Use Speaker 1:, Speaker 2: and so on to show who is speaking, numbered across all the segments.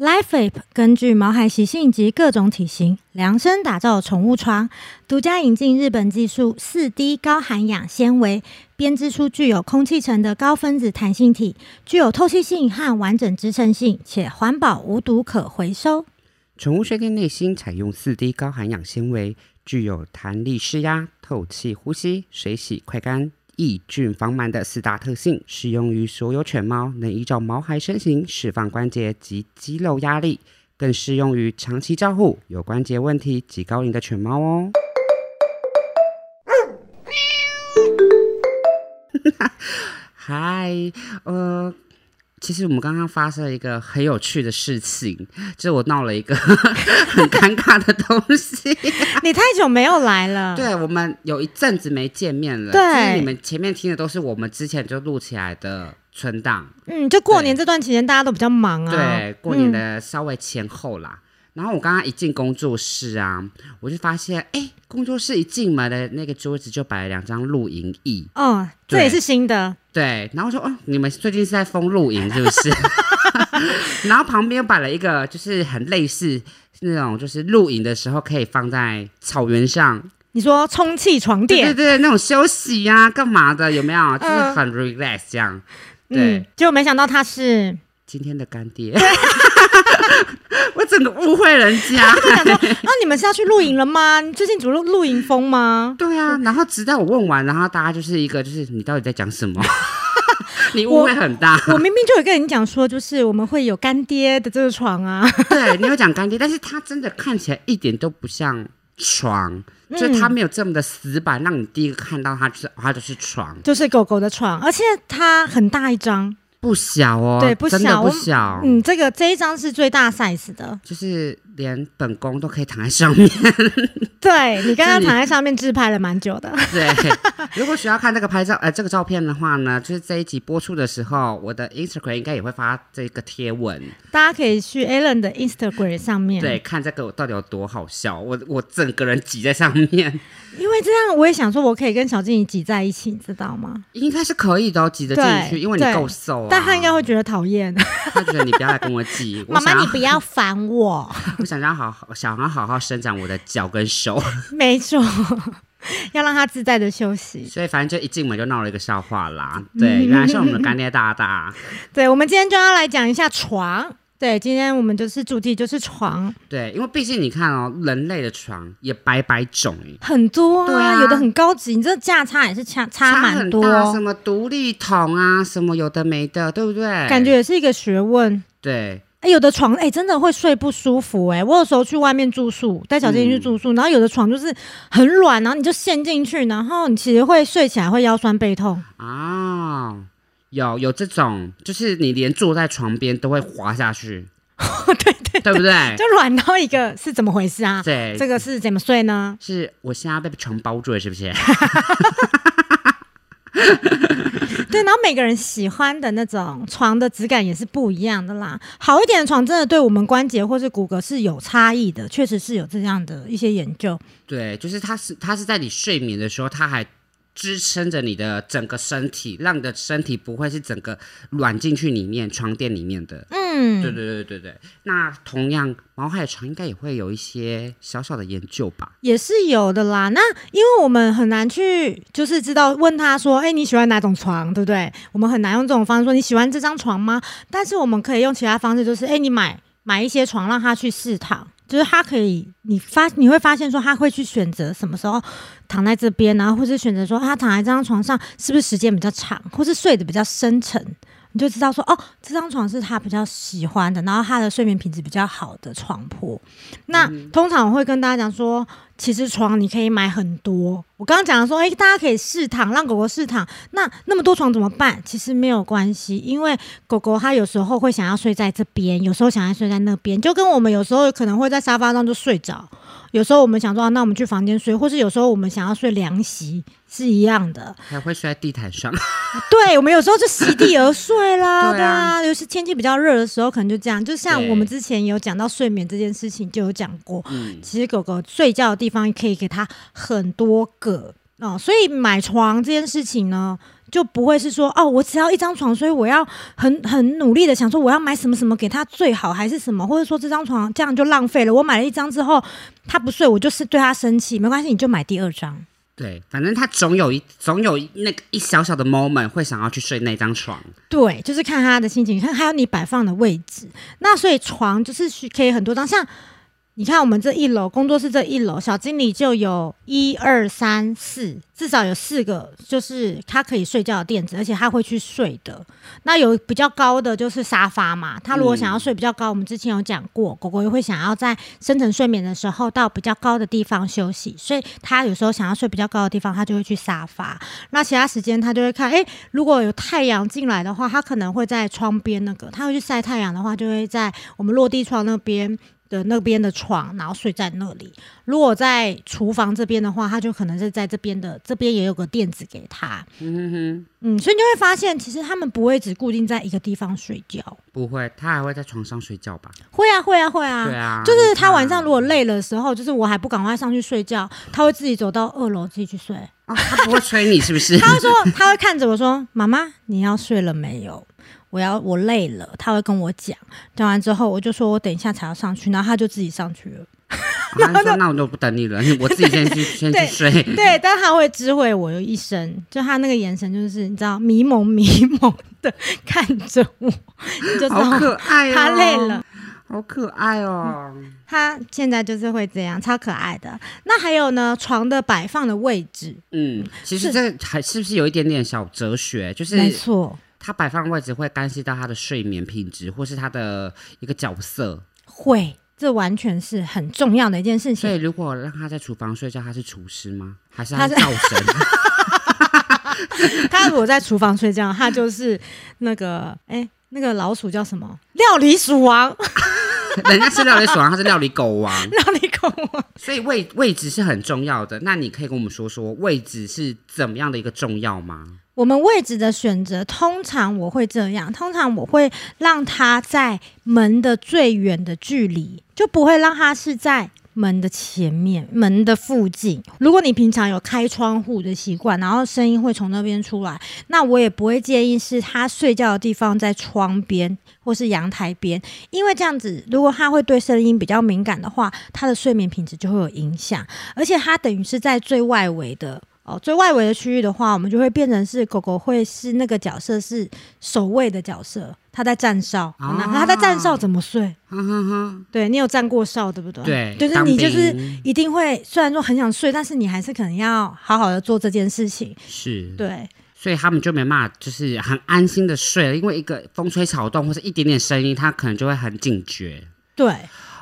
Speaker 1: LifeApp 根据毛孩习性及各种体型量身打造宠物床，独家引进日本技术四 D 高含氧纤维，编织出具有空气层的高分子弹性体，具有透气性和完整支撑性，且环保无毒可回收。
Speaker 2: 宠物睡垫内芯采用四 D 高含氧纤维，具有弹力施压、透气呼吸、水洗快干、抑菌防螨的四大特性，适用于所有犬猫，能依照毛孩身形释放关节及肌肉压力，更适用于长期照护有关节问题及高龄的犬猫哦。 嗨，呃，其实我们刚刚发生了一个很有趣的事情，就是我闹了一个 很尴尬的东 西。
Speaker 1: 啊你太久没有来了，
Speaker 2: 对，我们有一阵子没见面了。
Speaker 1: 对
Speaker 2: 就是你们前面听的都是我们之前就录起来的存档，
Speaker 1: 嗯，就过年这段期间大家都比较忙啊，
Speaker 2: 对，过年
Speaker 1: 嗯
Speaker 2: 的稍微前后啦。然后我刚刚一进工作室啊，我就发现，哎，工作室一进门的那个桌子就摆了两张露营椅，
Speaker 1: 哦，这
Speaker 2: 对
Speaker 1: 也是新的，
Speaker 2: 对，然后说，哦，你们最近是在封露营是 不 是？然后旁边又摆了一个，就是很类似那种，就是露营的时候可以放在草原上，
Speaker 1: 你说充气床
Speaker 2: 对
Speaker 1: 垫，
Speaker 2: 对对，那种休息呀、干嘛的，有没有？就是
Speaker 1: 嗯
Speaker 2: 很 relax 这样。对，
Speaker 1: 嗯，结果没想到它是，
Speaker 2: 今天的干爹， 我整个误会人 家。
Speaker 1: 就 想说，啊，你们是要去露营了吗？你最近主露露营风吗？
Speaker 2: 对啊，然后直到我问完，然后大家就是一个，就是你到底在讲 什么？你误会很大。
Speaker 1: 我明明就有跟你讲说，就是我们会有干爹的这个床啊，
Speaker 2: 对你有讲干爹，但是他真的看起来一点都不像床，
Speaker 1: 嗯
Speaker 2: 就是他没有这么的死板，让你第一个看到他就是哦他就是床，
Speaker 1: 就是狗狗的床，而且它很大一张，
Speaker 2: 不小哦，
Speaker 1: 对不小
Speaker 2: 真的不
Speaker 1: 我
Speaker 2: 小，
Speaker 1: 嗯，这个这一张是最大 size 的，
Speaker 2: 就是连本宫都可以躺在上面。
Speaker 1: 对你刚刚
Speaker 2: 是
Speaker 1: 躺在上面自拍了蛮久的，
Speaker 2: 对，如果需要看这个拍照呃这个照片的话呢，就是这一集播出的时候，我的 Instagram 应该也会发这个贴文，
Speaker 1: 大家可以去 Alan 的 Instagram 上面，
Speaker 2: 对，，看这个我到底有多好笑，我我整个人挤在上面，
Speaker 1: 因为这样我也想说，我可以跟小静怡挤在一起，你知道吗？
Speaker 2: 应该是可以的哦、挤得进去，
Speaker 1: 对
Speaker 2: 因为你够瘦、啊，
Speaker 1: 但他应该会觉得讨厌，
Speaker 2: 他觉得你不要来跟我挤， 我
Speaker 1: 妈妈
Speaker 2: 想
Speaker 1: 你
Speaker 2: 要
Speaker 1: 不要烦我。
Speaker 2: 我想要好好想要好好伸展我的脚跟手，
Speaker 1: 没错， 要让他自在的休息。
Speaker 2: 所以反正就一进门就闹了一个笑话啦，对，原来是我们的干爹大大，
Speaker 1: 对，我们今天就要来讲一下床。对，今天我们就是主题就是床，
Speaker 2: 对，因为毕竟你看哦，人类的床也百百种耶
Speaker 1: 很多啊，
Speaker 2: 对啊
Speaker 1: 有的很高级，你这价差也是差差蛮
Speaker 2: 很
Speaker 1: 多，哦
Speaker 2: 大什么独立桶啊，什么有的没的，对不对？
Speaker 1: 感觉也是一个学问。
Speaker 2: 对，
Speaker 1: 哎，有的床哎、真的会睡不舒服哎、我有时候去外面住宿，带小金去住宿，
Speaker 2: 嗯
Speaker 1: 然后有的床就是很软，然后你就陷进去，然后你其实会睡起来会腰酸背痛。
Speaker 2: 啊、有有这种，就是你连坐在床边都会滑 下去，对对对，不对？
Speaker 1: 就软到一个是怎么回事啊？
Speaker 2: 对，
Speaker 1: 这个是怎么睡呢？
Speaker 2: 是我现在被床包住了，是不 是？
Speaker 1: 对，然后每个人喜欢的那种床的质感也是不一样的啦。好一点的床真的对我们关节或是骨骼是有差异的，确实是有这样的一些研究。
Speaker 2: 对，就是它是它是在你睡眠的时候，它还支撑着你的整个身体，让你的身体不会是整个软进去里面床垫里面的。对
Speaker 1: 嗯，
Speaker 2: 对对对对，那同样毛海床应该也会有一些小小的研究吧？
Speaker 1: 也是有的啦。那因为我们很难去就是知道问他说，哎、你喜欢哪种床，对不对？我们很难用这种方式说你喜欢这张床吗？但是我们可以用其他方式，就是哎、你买买一些床让他去试躺。就是他可以，你发你会发现说他会去选择什么时候躺在这边，然后或是选择说啊他躺在这张床上是不是时间比较长，或是睡得比较深沉，你就知道说哦，这张床是他比较喜欢的，然后他的睡眠品质比较好的床铺。那、通常我会跟大家讲说，其实床你可以买很多。我刚刚讲的说，诶，大家可以试躺，让狗狗试躺。那那么多床怎么办？其实没有关系，因为狗狗它有时候会想要睡在这边，有时候想要睡在那边，就跟我们有时候可能会在沙发上就睡着，有时候我们想说、啊那我们去房间睡，或是有时候我们想要睡凉席是一样的。
Speaker 2: 还会睡在地毯上。
Speaker 1: 对，我们有时候就席地而睡啦，
Speaker 2: 对
Speaker 1: 对
Speaker 2: 啊
Speaker 1: 啊，尤其天气比较热的时候，可能就这样。就像
Speaker 2: 对
Speaker 1: 我们之前有讲到睡眠这件事情，就有讲过，
Speaker 2: 嗯，
Speaker 1: 其实狗狗睡觉的地方可以给它很多个。哦，所以买床这件事情呢，就不会是说哦，我只要一张床，所以我要很很努力的想说我要买什么什么给他最好，还是什么，或者说这张床这样就浪费了。我买了一张之后，他不睡，我就是对他生气，没关系，你就买第二张。
Speaker 2: 对，反正他总有一总有一那个一小小的 moment 会想要去睡那张床。
Speaker 1: 对，就是看他的心情，看还有你摆放的位置。那所以床就是需可以很多张，像你看我们这一楼工作室这一楼，小经理就有一二三四，至少有四个就是他可以睡觉的垫子，而且他会去睡的。那有比较高的就是沙发嘛，他如果想要睡比较高，我们之前有讲过，狗狗也会想要在深层睡眠的时候到比较高的地方休息，所以他有时候想要睡比较高的地方，他就会去沙发。那其他时间他就会看，哎、如果有太阳进来的话，它可能会在窗边那个，它会去晒太阳的话，就会在我们落地窗那边的那边的床，然后睡在那里。如果在厨房这边的话，它就可能是在这边的，这边也有个垫子给它。
Speaker 2: 嗯哼哼，
Speaker 1: 嗯，所以你就会发现，其实它们不会只固定在一个地方睡觉。
Speaker 2: 不会，他还会在床上睡觉吧？
Speaker 1: 会啊，会啊，会啊。
Speaker 2: 对啊，
Speaker 1: 就是它
Speaker 2: 你看
Speaker 1: 晚上如果累了的时候，就是我还不赶快上去睡觉，它会自己走到二楼自己去睡。
Speaker 2: 哦，他不会催你是不 是？啊
Speaker 1: 他会说，他会看着我说：“妈妈，你要睡了没有？我要我累了。”他会跟我讲，讲完之后我就说：“我等一下才要上去。”然后他就自己上去了。
Speaker 2: 然后他说：“那我就不等你了，我自己先去先去
Speaker 1: 对
Speaker 2: 睡。
Speaker 1: 对，但他会知会我一声，就他那个眼神就是你知道迷蒙迷蒙的 看着我，你就”知
Speaker 2: 好
Speaker 1: 道
Speaker 2: 可爱哦！
Speaker 1: 他累了。，嗯
Speaker 2: 好可爱哦！
Speaker 1: 他现在就是会这样，超可爱的。那还有呢，床的摆放的位置，
Speaker 2: 嗯，其实
Speaker 1: 是
Speaker 2: 这还是不是有一点点小哲学？就是
Speaker 1: 没错，
Speaker 2: 他摆放位置会干涉到他的睡眠品质，或是他的一个角色。
Speaker 1: 会，这完全是很重要的一件事
Speaker 2: 所
Speaker 1: 情
Speaker 2: 以。如果让他在厨房睡觉，他是厨师吗？还是他
Speaker 1: 他
Speaker 2: 是
Speaker 1: 是
Speaker 2: 灶神？
Speaker 1: 他如果在厨房睡觉，他就是那个哎、那个老鼠叫什么？料理鼠王，
Speaker 2: 人家是料理鼠王，他是料理狗王。
Speaker 1: 料理狗王。
Speaker 2: 所以位位置是很重要的。那你可以跟我们说说位置是怎么样的一个重要吗？
Speaker 1: 我们位置的选择，通常我会这样，通常我会让它在门的最远的距离，就不会让它是在。门的前面，门的附近。如果你平常有开窗户的习惯，然后声音会从那边出来，那我也不会建议是他睡觉的地方在窗边或是阳台边，因为这样子，如果他会对声音比较敏感的话，他的睡眠品质就会有影响，而且他等于是在最外围的。哦，最外围的区域的话，我们就会变成是狗狗会是那个角色是守卫的角色，它在站哨。
Speaker 2: 啊
Speaker 1: 那它在站哨怎么睡？
Speaker 2: 哼哼哼，
Speaker 1: 对你有站过哨对不对？
Speaker 2: 对，
Speaker 1: 就是
Speaker 2: 当
Speaker 1: 你就是
Speaker 2: 兵
Speaker 1: 一定会，虽然说很想睡，但是你还是可能要好好的做这件事情。
Speaker 2: 是，
Speaker 1: 对，
Speaker 2: 所以他们就没办法，就是很安心的睡了，因为一个风吹草动或是一点点声音，他可能就会很警觉。
Speaker 1: 对，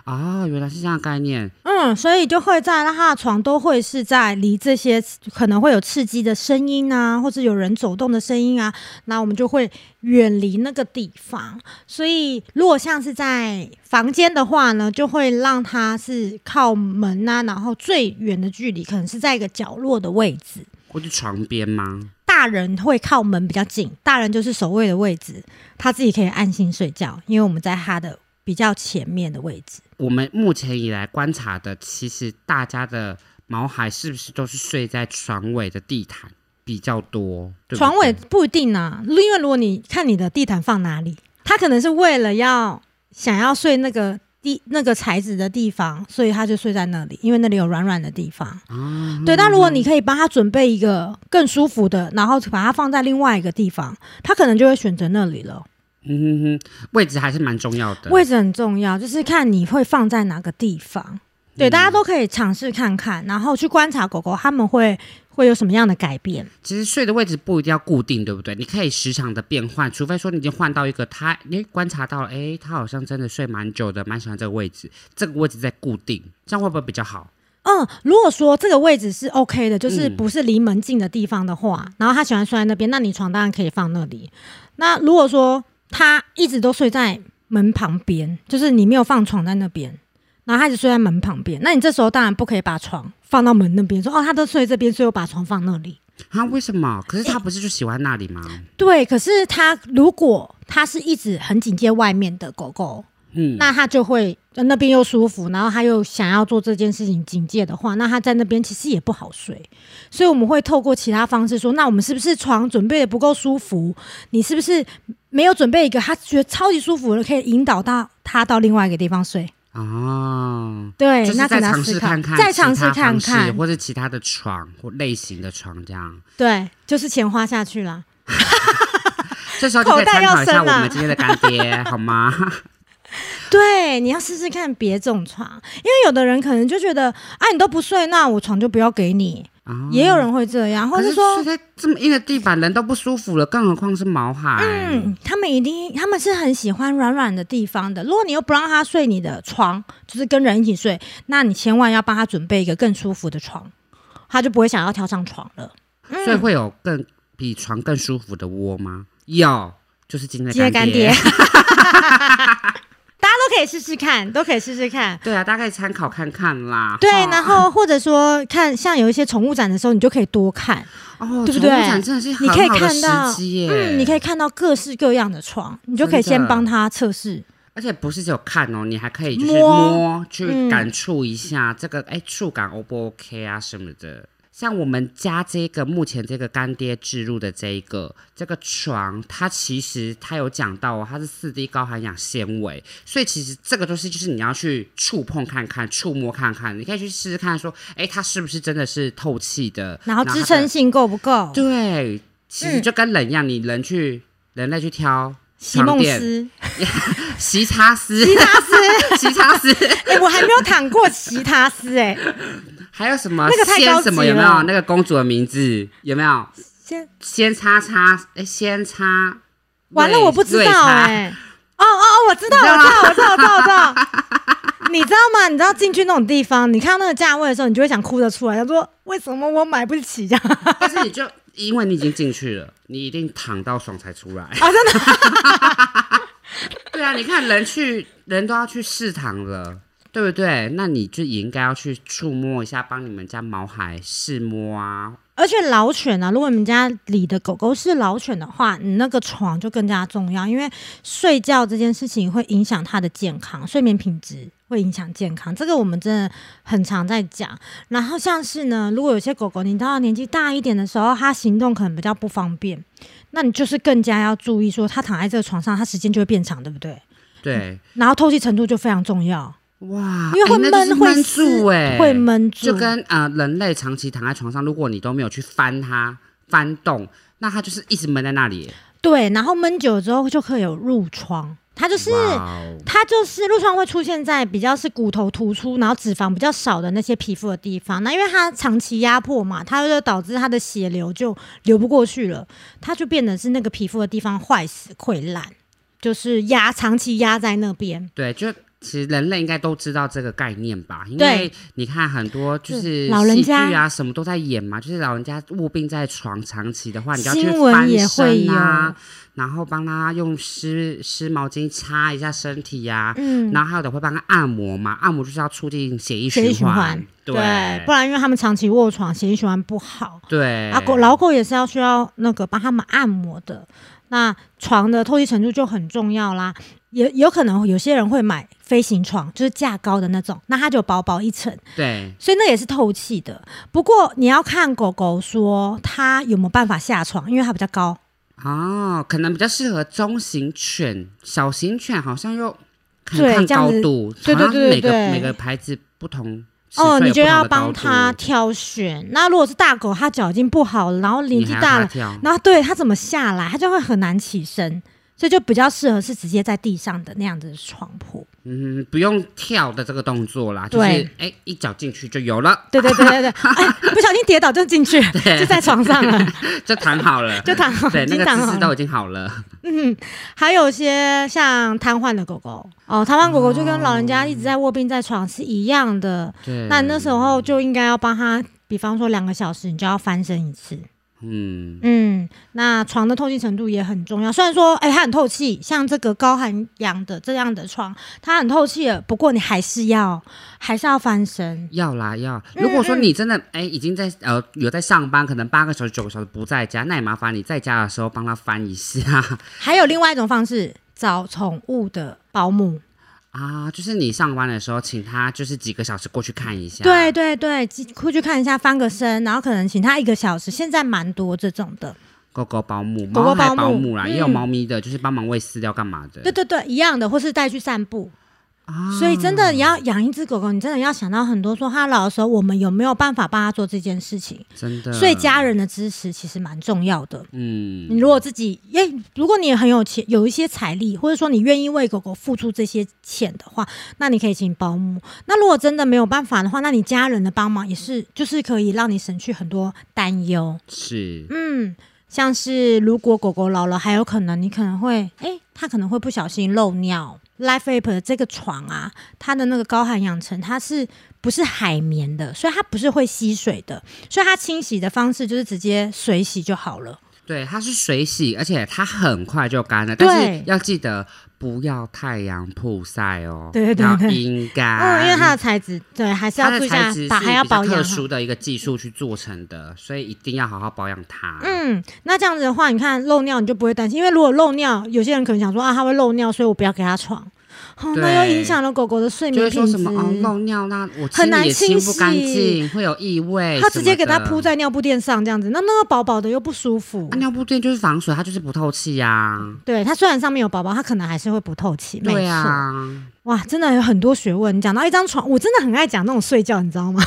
Speaker 2: 哦，原来是这样的概念。
Speaker 1: 嗯，所以就会在让他的床都会是在离这些可能会有刺激的声音啊，或者有人走动的声音啊，那我们就会远离那个地方。所以如果像是在房间的话呢，就会让它是靠门啊，然后最远的距离可能是在一个角落的位置。
Speaker 2: 或是床边吗？
Speaker 1: 大人会靠门比较近，大人就是守卫的位置，他自己可以安心睡觉，因为我们在他的比较前面的位置。
Speaker 2: 我们目前以来观察的，其实大家的毛孩是不是都是睡在床尾的地毯比较多？对不对
Speaker 1: 床尾不一定啊，因为如果你看你的地毯放哪里，他可能是为了要想要睡那个地那个材质的地方，所以他就睡在那里，因为那里有软软的地方。
Speaker 2: 啊，
Speaker 1: 对，那如果你可以帮他准备一个更舒服的，然后把它放在另外一个地方，他可能就会选择那里了。
Speaker 2: 嗯哼哼，位置还是蛮重要的。
Speaker 1: 位置很重要，就是看你会放在哪个地方。对，大家都可以尝试看看，然后去观察狗狗他们会会有什么样的改变。
Speaker 2: 其实睡的位置不一定要固定，对不对？你可以时常的变换，除非说你已经换到一个他，你观察到了，哎，他好像真的睡蛮久的，蛮喜欢这个位置，这个位置再固定，这样会不会比较好？
Speaker 1: 嗯，如果说这个位置是 OK 的，就是
Speaker 2: 嗯
Speaker 1: 不是离门近的地方的话，然后他喜欢睡在那边，那你床当然可以放那里。那如果说他一直都睡在门旁边，就是你没有放床在那边，然后他一直睡在门旁边，那你这时候当然不可以把床放到门那边，说哦，他都睡这边，所以我把床放那里。
Speaker 2: 啊，为什么？可是他不是就喜欢那里吗？
Speaker 1: 对，可是他如果他是一直很警戒外面的狗狗，
Speaker 2: 嗯，
Speaker 1: 那他就会呃那边又舒服，然后他又想要做这件事情警戒的话，那他在那边其实也不好睡，所以我们会透过其他方式说，那我们是不是床准备的不够舒服？你是不是没有准备一个他觉得超级舒服的，可以引导到他到另外一个地方睡？
Speaker 2: 哦，
Speaker 1: 对
Speaker 2: 就，是
Speaker 1: 哎那可
Speaker 2: 再
Speaker 1: 能要
Speaker 2: 尝
Speaker 1: 思
Speaker 2: 试
Speaker 1: 考
Speaker 2: 看看，
Speaker 1: 再尝试看看，
Speaker 2: 或者其他的床或类型的床这样。
Speaker 1: 对，就是钱花下去啦。
Speaker 2: 这时候就可
Speaker 1: 口
Speaker 2: 以
Speaker 1: 袋
Speaker 2: 参
Speaker 1: 要
Speaker 2: 考一下
Speaker 1: 深
Speaker 2: 我
Speaker 1: 啊
Speaker 2: 们今天的干爹，好吗？
Speaker 1: 对，你要试试看别种床，因为有的人可能就觉得啊，你都不睡，那我床就不要给你。
Speaker 2: 哦
Speaker 1: 也有人会这样，或
Speaker 2: 可
Speaker 1: 者
Speaker 2: 是
Speaker 1: 说
Speaker 2: 哎睡在这么硬的地板，人都不舒服了，更何况是毛孩。
Speaker 1: 嗯，他们一定，他们是很喜欢软软的地方的。如果你又不让他睡你的床，就是跟人一起睡，那你千万要帮他准备一个更舒服的床，他就不会想要跳上床了。
Speaker 2: 所以会有更比床更舒服的窝吗？有，就是今天
Speaker 1: 今
Speaker 2: 的
Speaker 1: 天
Speaker 2: 干
Speaker 1: 干爹， 大家都可以试试看，都可以试试看。
Speaker 2: 对啊，大概参考看看啦。
Speaker 1: 对，
Speaker 2: 哈
Speaker 1: 然后或者说看，像有一些宠物展的时候，你就可以多看，
Speaker 2: 哦，
Speaker 1: 对不
Speaker 2: 宠物
Speaker 1: 对
Speaker 2: 展真的是很
Speaker 1: 你可以
Speaker 2: 好的
Speaker 1: 看到
Speaker 2: 时机耶。
Speaker 1: 嗯，你可以看到各式各样的床，你就可以
Speaker 2: 真的
Speaker 1: 先帮他测试。
Speaker 2: 而且不是只有看哦，你还可以就是
Speaker 1: 摸
Speaker 2: 摸，去
Speaker 1: 嗯
Speaker 2: 感触一下这个哎触感 O 不 OK 啊什么的。像我们家这个目前这个干爹置入的这一个这个床，它其实它有讲到哦，它是四 D 高含氧纤维，所以其实这个东西就是你要去触碰看看、触摸看看，你可以去试试看说，哎，它是不是真的是透气的，
Speaker 1: 然后
Speaker 2: 它
Speaker 1: 支
Speaker 2: 的
Speaker 1: 撑性够不够？
Speaker 2: 对，其实
Speaker 1: 嗯
Speaker 2: 就跟人一样，你人去人类去挑
Speaker 1: 席梦
Speaker 2: 床垫
Speaker 1: 思，
Speaker 2: 席擦丝，
Speaker 1: 席他斯，
Speaker 2: 其他是
Speaker 1: 哎、我还没有躺过席他斯、哎，
Speaker 2: 还有什么
Speaker 1: 那个太
Speaker 2: 仙
Speaker 1: 高级
Speaker 2: 什么有没有
Speaker 1: 了
Speaker 2: 那个公主的名字有没有
Speaker 1: 先
Speaker 2: 仙叉叉哎仙叉
Speaker 1: 完了，
Speaker 2: 瑞
Speaker 1: 我不知
Speaker 2: 瑞
Speaker 1: 道
Speaker 2: 叉
Speaker 1: 哎、哦哦，哦我知道，我知道，我知道，我知道，我知道。你知道吗？你知道进去那种地方，你看到那个价位的时候，你就会想哭得出来，他说为什么我买不起这样？
Speaker 2: 但是你就因为你已经进去了，你一定躺到爽才出 来啊！
Speaker 1: 真
Speaker 2: 的。对啊，你看人去人都要去试躺了，对不对？那你就也应该要去触摸一下，帮你们家毛孩试摸啊。
Speaker 1: 而且老犬啊，如果你们家里的狗狗是老犬的话，你那个床就更加重要，因为睡觉这件事情会影响它的健康，睡眠品质会影响健康。这个我们真的很常在讲。然后像是呢，如果有些狗狗你到年纪大一点的时候，它行动可能比较不方便，那你就是更加要注意说，它躺在这个床上，它时间就会变长，对不对？
Speaker 2: 对，
Speaker 1: 然后透气程度就非常重要，
Speaker 2: 哇，
Speaker 1: 因为会
Speaker 2: 哎那就是
Speaker 1: 闷，会
Speaker 2: 闷
Speaker 1: 死
Speaker 2: 住哎、
Speaker 1: 会闷住，欸
Speaker 2: 就跟呃人类长期躺在床上，如果你都没有去翻它、翻动，那它就是一直闷在那里。
Speaker 1: 对，然后闷久了之后就会有褥疮，它就是。
Speaker 2: 哇哦
Speaker 1: 它就是褥疮会出现在比较是骨头突出，然后脂肪比较少的那些皮肤的地方。那因为它长期压迫嘛，它就导致它的血流就流不过去了，它就变得是那个皮肤的地方坏死溃烂，就是压长期压在那边。
Speaker 2: 对，就其实人类应该都知道这个概念吧？因
Speaker 1: 对
Speaker 2: 为你看很多就是
Speaker 1: 嗯老人
Speaker 2: 戏剧
Speaker 1: 家
Speaker 2: 啊，什么都在演嘛，就是老人家卧病在床长期的话，你就要去
Speaker 1: 新
Speaker 2: 翻
Speaker 1: 闻也会
Speaker 2: 身
Speaker 1: 有，
Speaker 2: 啊，然后帮他用湿湿毛巾擦一下身体呀、
Speaker 1: 嗯，
Speaker 2: 然后还有的会帮他按摩嘛，按摩就是要促进血液
Speaker 1: 血液循
Speaker 2: 环
Speaker 1: 环，
Speaker 2: 对
Speaker 1: 对，不然因为他们长期卧床，血液循环不好，
Speaker 2: 对，
Speaker 1: 啊，狗老狗也是要需要那个帮他们按摩的，那床的透气程度就很重要啦。也有可能有些人会买飞行床，就是架高的那种，那它就薄薄一层，
Speaker 2: 对
Speaker 1: 所以那也是透气的。不过你要看狗狗说它有没有办法下床，因为它比较高。
Speaker 2: 哦，可能比较适合中型犬，小型犬好像又很
Speaker 1: 对
Speaker 2: 看
Speaker 1: 这样
Speaker 2: 高
Speaker 1: 子
Speaker 2: 度，
Speaker 1: 对对
Speaker 2: 好像
Speaker 1: 对
Speaker 2: 每个
Speaker 1: 对
Speaker 2: 每个牌子不同。
Speaker 1: 哦，
Speaker 2: 尺寸有
Speaker 1: 你就
Speaker 2: 不同
Speaker 1: 要
Speaker 2: 的
Speaker 1: 帮
Speaker 2: 高度
Speaker 1: 它挑选。那如果是大狗，它脚已经不好了，然后年纪大了，，
Speaker 2: 那
Speaker 1: 然后对它怎么下来，它就会很难起身，所以就比较适合是直接在地上的那样子的床铺。
Speaker 2: 嗯，不用跳的这个动作啦，就是
Speaker 1: 对
Speaker 2: 哎一脚进去就有了，
Speaker 1: 对对对对对，哎，不小心跌倒就进去，就在床上 了，，
Speaker 2: 就躺好了
Speaker 1: 就躺好，
Speaker 2: 对，
Speaker 1: 已
Speaker 2: 那
Speaker 1: 经
Speaker 2: 个
Speaker 1: 躺
Speaker 2: 姿
Speaker 1: 好
Speaker 2: 势
Speaker 1: 了。
Speaker 2: 都已经好了，
Speaker 1: 嗯，还有一些像瘫痪的狗狗哦，瘫痪狗狗就跟老人家一直在卧病在床是一样的。
Speaker 2: 对，
Speaker 1: 那你那时候就应该要帮他，比方说两个小时，你就要翻身一次。
Speaker 2: 嗯，
Speaker 1: 嗯，那床的透气程度也很重要。虽然说，哎、它很透气，像这个高含氧的这样的床，它很透气了，不过你还是要还是要翻身。
Speaker 2: 要啦要。
Speaker 1: 嗯
Speaker 2: 如果说你真的哎、已经在呃有在上班，可能八个小时九个小时不在家，那也麻烦你在家的时候帮他翻一下。
Speaker 1: 还有另外一种方式，找宠物的保姆。
Speaker 2: 啊，就是你上班的时候，请他就是几个小时过去看一下。
Speaker 1: 对对对，几过去看一下，翻个身，然后可能请他一个小时。现在蛮多这种的，
Speaker 2: 狗狗保姆、
Speaker 1: 狗狗
Speaker 2: 猫
Speaker 1: 保
Speaker 2: 还保
Speaker 1: 姆嗯
Speaker 2: 姆啦，也有猫咪的，就是帮忙喂饲料干嘛的。
Speaker 1: 对对对，一样的，或是带去散步。
Speaker 2: 啊，
Speaker 1: 所以真的，你要养一只狗狗，你真的要想到很多，说它老的时候，我们有没有办法帮它做这件事情？
Speaker 2: 真的，
Speaker 1: 所以家人的支持其实蛮重要的。
Speaker 2: 嗯
Speaker 1: 你如果自己，诶、如果你很有钱，有一些财力，或者说你愿意为狗狗付出这些钱的话，那你可以请保姆。那如果真的没有办法的话，那你家人的帮忙也是，就是可以让你省去很多担忧。
Speaker 2: 是
Speaker 1: 嗯，像是如果狗狗老了，还有可能你可能会，诶，它可能会不小心漏尿。Life App 的这个床啊，它的那个高含氧层，它是不是海绵的？所以它不是会吸水的，所以它清洗的方式就是直接水洗就好了。
Speaker 2: 对，它是水洗，而且它很快就干了，但是
Speaker 1: 对
Speaker 2: 要记得不要太阳曝晒哦。
Speaker 1: 对对对
Speaker 2: 要
Speaker 1: 对
Speaker 2: 阴
Speaker 1: 嗯，
Speaker 2: 干。
Speaker 1: 因为它的材质，对，还是要
Speaker 2: 啊它
Speaker 1: 注意
Speaker 2: 的
Speaker 1: 一下
Speaker 2: 材质，
Speaker 1: 把
Speaker 2: 是
Speaker 1: 还要
Speaker 2: 比较
Speaker 1: 保养
Speaker 2: 特
Speaker 1: 好。
Speaker 2: 殊的一个技术去做成的，所以一定要好好保养它。
Speaker 1: 嗯，那这样子的话，你看漏尿你就不会担心，因为如果漏尿，有些人可能想说啊，它会漏尿，所以我不要给它床，哦，那又
Speaker 2: 对
Speaker 1: 影响了狗狗的睡
Speaker 2: 就
Speaker 1: 眠
Speaker 2: 会
Speaker 1: 品
Speaker 2: 说
Speaker 1: 质
Speaker 2: 什。么哦漏尿啦，我
Speaker 1: 很
Speaker 2: 清理
Speaker 1: 难
Speaker 2: 也清
Speaker 1: 清
Speaker 2: 不干
Speaker 1: 洗
Speaker 2: 净，会有异味什么的。
Speaker 1: 它直接给它铺在尿布垫上，这样子，那那个薄薄的又不舒服
Speaker 2: 嗯啊。尿布垫就是防水，它就是不透气呀、
Speaker 1: 对它虽然上面有薄薄，它可能还是会不透气。没
Speaker 2: 对
Speaker 1: 错，
Speaker 2: 啊，
Speaker 1: 哇，真的有很多学问。你讲到一张床，我真的很爱讲那种睡觉，你知道吗？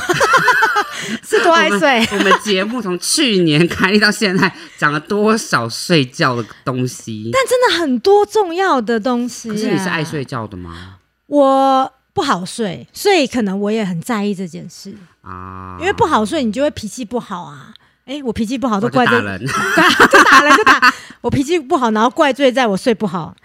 Speaker 1: 是多爱睡。
Speaker 2: 我们节目从去年开立到现在，讲了多少睡觉的东西？
Speaker 1: 但啊真的很多重要的东西、
Speaker 2: 可是你是爱，睡觉的吗？
Speaker 1: 我不好睡，所以可能我也很在意这件事，
Speaker 2: 啊，
Speaker 1: 因为不好睡，你就会脾气不好啊。哎、我脾气不好
Speaker 2: 我
Speaker 1: 都
Speaker 2: 就
Speaker 1: 怪
Speaker 2: 打
Speaker 1: 这
Speaker 2: 人，
Speaker 1: 打就打了就打。我脾气不好，然后怪罪在我睡不好。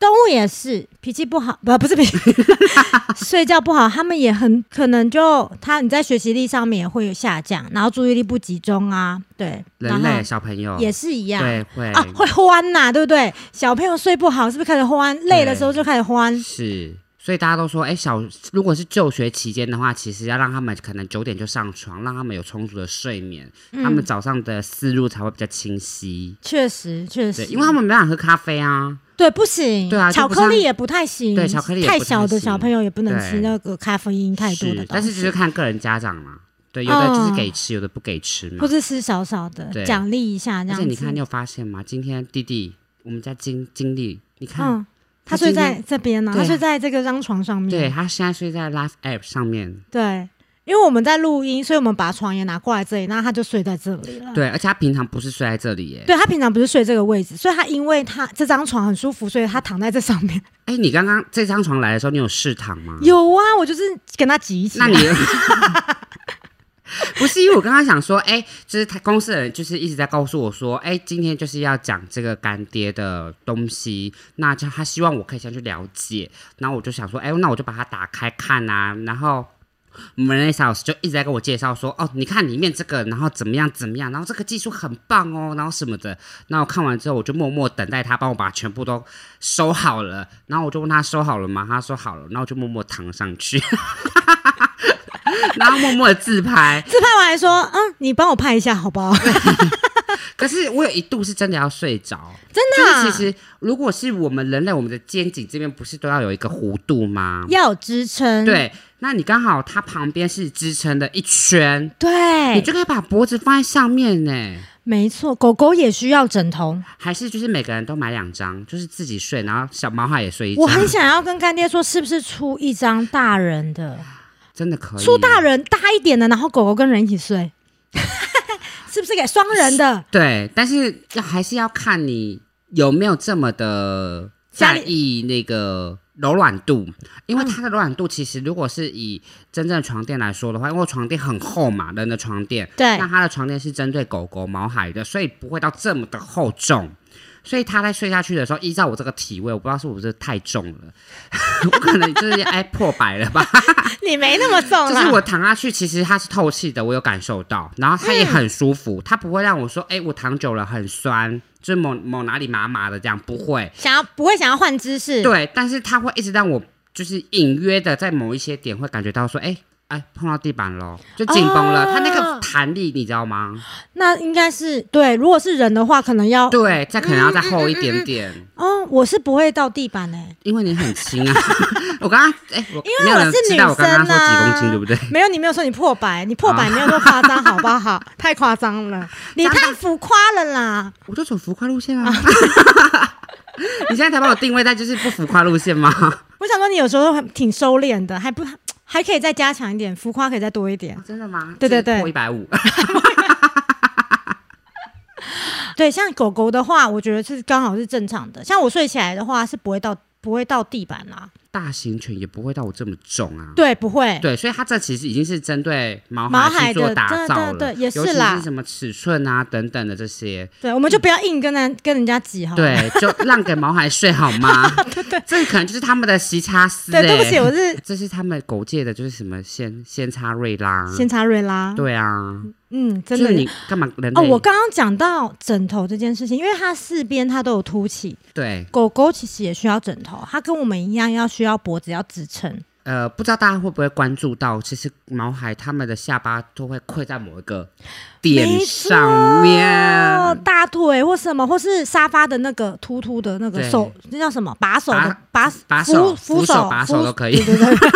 Speaker 1: 动物也是脾气不好，不不是脾气， 睡觉不好，他们也很可能就他你在学习力上面也会有下降，然后注意力不集中啊，对，然
Speaker 2: 人类
Speaker 1: 后
Speaker 2: 小朋友
Speaker 1: 也是一样。
Speaker 2: 对会
Speaker 1: 啊，会欢呐、对不对？小朋友睡不好，是不是开始欢？累的时候就开始欢。
Speaker 2: 是。所以大家都说，哎、小如果是就学期间的话，其实要让他们可能九点就上床，让他们有充足的睡眠，
Speaker 1: 嗯
Speaker 2: 他们早上的思路才会比较清晰。
Speaker 1: 确实，确
Speaker 2: 对，
Speaker 1: 实，
Speaker 2: 因为他们没办法喝咖啡啊。
Speaker 1: 对不行，
Speaker 2: 对啊就
Speaker 1: 巧
Speaker 2: 不像
Speaker 1: 克力也不太行，
Speaker 2: 对巧克力也不太
Speaker 1: 太小的小
Speaker 2: 行
Speaker 1: 朋友也不能吃
Speaker 2: 对
Speaker 1: 那个咖啡因太多的
Speaker 2: 是
Speaker 1: 东西。
Speaker 2: 但是就是看个人家长嘛。对，有的就是
Speaker 1: 嗯
Speaker 2: 给吃，有的不给吃嘛
Speaker 1: 或。是吃少少的
Speaker 2: 对，
Speaker 1: 奖励一下这
Speaker 2: 而
Speaker 1: 样
Speaker 2: 且
Speaker 1: 子。
Speaker 2: 你看，你有发现吗？今天弟弟，我们家经经理，你看，
Speaker 1: 嗯，他
Speaker 2: 他
Speaker 1: 睡
Speaker 2: 今
Speaker 1: 在
Speaker 2: 天
Speaker 1: 这边呢、
Speaker 2: 对啊
Speaker 1: 他睡在这个张床上面。
Speaker 2: 对他现在睡在 Life App 上面，
Speaker 1: 对因为我们在录音，所以我们把床也拿过来这里，那他就睡在这里了。
Speaker 2: 对，而且他平常不是睡在这里耶。
Speaker 1: 嗯对他平常不是睡这个位置，所以他因为他这张床很舒服，所以他躺在这上面。
Speaker 2: 哎，你刚刚这张床来的时候，你有试躺吗？
Speaker 1: 有啊，我就是跟他挤一挤啊。
Speaker 2: 嗯那你不是因为我刚刚想说，哎、就是他公司的人就是一直在告诉我说，哎、今天就是要讲这个干爹的东西，那就他希望我可以先去了解，然后我就想说，哎、那我就把它打开看啊，然后。嗯我们那老师就一直在跟我介绍说，哦，你看里面这个，然后怎么样怎么样，然后这个技术很棒哦，然后什么的。那我看完之后，我就默默等待他帮我把全部都收好了。然后我就问他收好了吗？他说好了，然后我就默默躺上去。然后默默的自拍。
Speaker 1: 自拍完还说，嗯，你帮我拍一下好不好？
Speaker 2: 可是我有一度是真的要睡着，
Speaker 1: 真
Speaker 2: 就
Speaker 1: 的啊、
Speaker 2: 是其实如果是我们人类，我们的肩颈这边不是都要有一个弧度吗？
Speaker 1: 要有支撑。
Speaker 2: 对，那你刚好它旁边是支撑的一圈，你
Speaker 1: 对，
Speaker 2: 就可以把脖子放在上面呢、
Speaker 1: 没错，狗狗也需要枕头。
Speaker 2: 还是就是每个人都买两张，就是自己睡，然后小毛孩也睡一张，
Speaker 1: 我很想要跟干爹说，是不是出一张大人的？
Speaker 2: 真的可以
Speaker 1: 出大人大一点的，然后狗狗跟人一起睡， 是不是给双人的？
Speaker 2: 对，但是要还是要看你有没有这么的
Speaker 1: 家
Speaker 2: 在
Speaker 1: 里嗯
Speaker 2: 意那个柔软度，因为它的柔软度其实如果是以真正的床垫来说的话，因为床垫很厚嘛，人的床垫，
Speaker 1: 对
Speaker 2: 那它的床垫是针对狗狗毛孩的，所以不会到这么的厚重。所以它在睡下去的时候，依照我这个体位，我不知道是不是太重了， 我可能就是哎破百了吧，
Speaker 1: 你没那么重
Speaker 2: 就是我躺下去，其实它是透气的，我有感受到，然后它也很舒服，它不会让 我说，哎、我躺久了很酸，就是某某哪里麻麻的这样，不会。
Speaker 1: 想要不会想要换姿势，
Speaker 2: 对，但是它会一直让我就是隐约的在某一些点会感觉到说，哎、哎，碰到地板咯，就紧绷了。
Speaker 1: 哦
Speaker 2: 它那个弹力，你知道吗？
Speaker 1: 那应该是对，如果是人的话，可能要
Speaker 2: 对，再可能要再厚一点点，
Speaker 1: 哦，我是不会到地板诶、欸
Speaker 2: 因为你很轻
Speaker 1: 嗯
Speaker 2: 啊。 我刚刚哎，我
Speaker 1: 因为
Speaker 2: 没有
Speaker 1: 我
Speaker 2: 人
Speaker 1: 是
Speaker 2: 知
Speaker 1: 女
Speaker 2: 道我刚刚
Speaker 1: 生
Speaker 2: 说几公斤，
Speaker 1: 啊
Speaker 2: 对 不对？
Speaker 1: 没有，你没有说你破百，你破百没有那么夸张，好不好？ 太夸张了，啊你太浮夸了啦！
Speaker 2: 我就走浮夸路线啊。 你现在才把我定位在就是不浮夸路线吗？
Speaker 1: 我想说你有时候很挺收敛的，还不还可以再加强一点，浮夸可以再多一点。
Speaker 2: 真的吗？
Speaker 1: 对对对
Speaker 2: 一百五。
Speaker 1: 对，像狗狗的话，我觉得是刚好是正常的。像我睡起来的话，是不会到不会到地板啦，
Speaker 2: 大型犬也不会到我这么重啊。
Speaker 1: 对，不会。
Speaker 2: 嗯对，所以它这其实已经是针对毛
Speaker 1: 毛
Speaker 2: 孩
Speaker 1: 孩
Speaker 2: 去做
Speaker 1: 的
Speaker 2: 打
Speaker 1: 对
Speaker 2: 造了，
Speaker 1: 对对也是
Speaker 2: 尤其
Speaker 1: 啦
Speaker 2: 是什么尺寸啊等等的这些，
Speaker 1: 对，我们就不要硬跟人跟人家挤好了。
Speaker 2: 嗯对，就让给毛孩睡好吗？对对，这可能就是他们的习差思、欸。
Speaker 1: 对，对不起，我是
Speaker 2: 这是他们狗界的，就是什么先先插瑞拉，
Speaker 1: 先插瑞拉。
Speaker 2: 嗯对啊，
Speaker 1: 嗯，真
Speaker 2: 就是
Speaker 1: 的。
Speaker 2: 你干嘛人类？
Speaker 1: 哦，我刚刚讲到枕头这件事情，因为它四边它都有凸起，
Speaker 2: 对，
Speaker 1: 狗狗其实也需要枕头，它跟我们一样要需要脖子要支撑。
Speaker 2: 呃，不知道大家会不会关注到，其实毛孩他们的下巴都会跪在某一个点上
Speaker 1: 哦
Speaker 2: 面，，
Speaker 1: 大腿或什么，或是沙发的那个凸凸的那个
Speaker 2: 对
Speaker 1: 手，那叫什么？把手的把
Speaker 2: 把
Speaker 1: 扶
Speaker 2: 手、
Speaker 1: 扶
Speaker 2: 扶
Speaker 1: 手、
Speaker 2: 把
Speaker 1: 扶
Speaker 2: 手都可以
Speaker 1: 对。对对，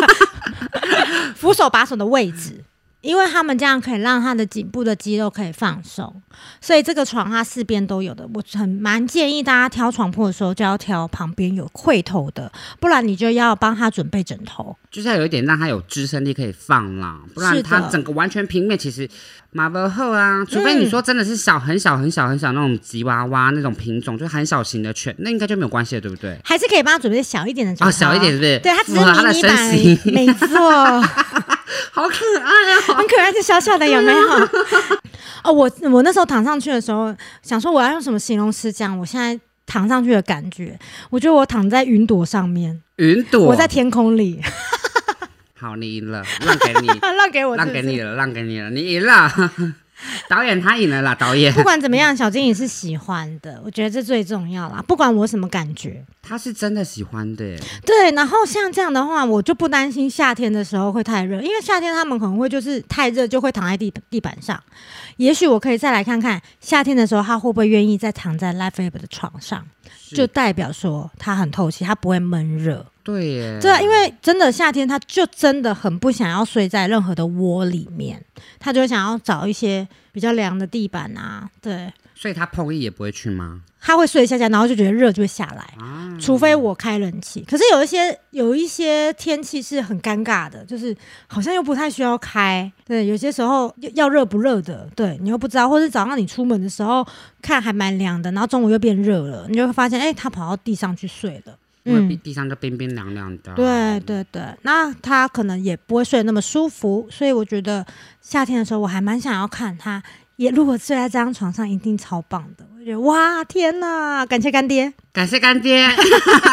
Speaker 1: 扶手把手的位置，因为他们这样可以让他的颈部的肌肉可以放松，所以这个床它四边都有的。我很蛮建议大家挑床铺的时候就要挑旁边有溃头的，不然你就要帮他准备枕头。
Speaker 2: 就是要有一点让它有支撑力可以放啦，不然
Speaker 1: 是的嗯
Speaker 2: 它整个完全平面其实马不厚啊，除非你说真的是小很小很小很小那种吉娃娃那种品种，就很小型的犬，那应该就没有关系了，对不对？
Speaker 1: 还是可以帮他准备小一点的枕头
Speaker 2: 啊，小一点是不是？
Speaker 1: 对，它只是
Speaker 2: 符合它的
Speaker 1: 迷你版
Speaker 2: 身
Speaker 1: 而已
Speaker 2: 形，，
Speaker 1: 没错，
Speaker 2: 好可爱哦。
Speaker 1: 很可爱，就小小的，有 没有？哦，我我那时候躺上去的时候，想说我要用什么形容词讲我现在躺上去的感觉？我觉得我躺在云朵上面，
Speaker 2: 云朵，
Speaker 1: 我在天空里，
Speaker 2: 好，你赢了，让给你。
Speaker 1: 让给 我，
Speaker 2: 让给你。了，让给你了，你赢了。 导演他赢了啦，导演
Speaker 1: 不管怎么样，小金也是喜欢的，我觉得这最重要啦。不管我什么感觉，
Speaker 2: 他是真的喜欢的耶，
Speaker 1: 对。然后像这样的话，我就不担心夏天的时候会太热，因为夏天他们可能会就是太热就会躺在地地板上。也许我可以再来看看夏天的时候，他会不会愿意再躺在 Life Lab 的床上。
Speaker 2: 是
Speaker 1: 就代表说它很透气，它不会闷热。
Speaker 2: 对耶，
Speaker 1: 对啊，因为真的夏天，它就真的很不想要睡在任何的窝里面，它就想要找一些比较凉的地板啊。对，
Speaker 2: 所以他碰一也不会去吗？
Speaker 1: 它会睡一下下，然后就觉得热就会下来，
Speaker 2: 啊，
Speaker 1: 除非我开冷气。可是有一些有一些天气是很尴尬的，就是好像又不太需要开。对，有些时候要要热不热的，对你又不知道，或是早上你出门的时候看还蛮凉的，然后中午又变热了，你就会发现，哎、它跑到地上去睡了。
Speaker 2: 因为地地上就冰冰凉凉
Speaker 1: 嗯
Speaker 2: 的。啊
Speaker 1: 对，对对，那他可能也不会睡得那么舒服，所以我觉得夏天的时候我还蛮想要看他。也如果睡在这张床上，一定超棒的。我觉得哇，天哪！感谢干爹
Speaker 2: 感谢干爹。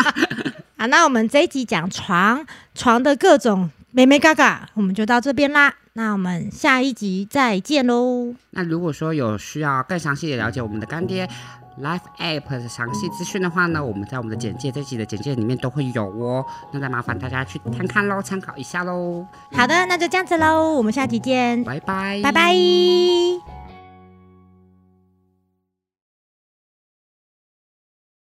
Speaker 1: 啊！那我们这一集讲床床的各种美美嘎嘎，我们就到这边啦。那我们下一集再见喽！
Speaker 2: 那如果说有需要更详细的了解我们的干爹 Life App 的详细资讯的话呢，我们在我们的简介这集的简介里面都会有哦。那再麻烦大家去看看喽，参考一下喽。
Speaker 1: 好的，那就这样子喽，我们下集见，
Speaker 2: 拜拜，
Speaker 1: 拜拜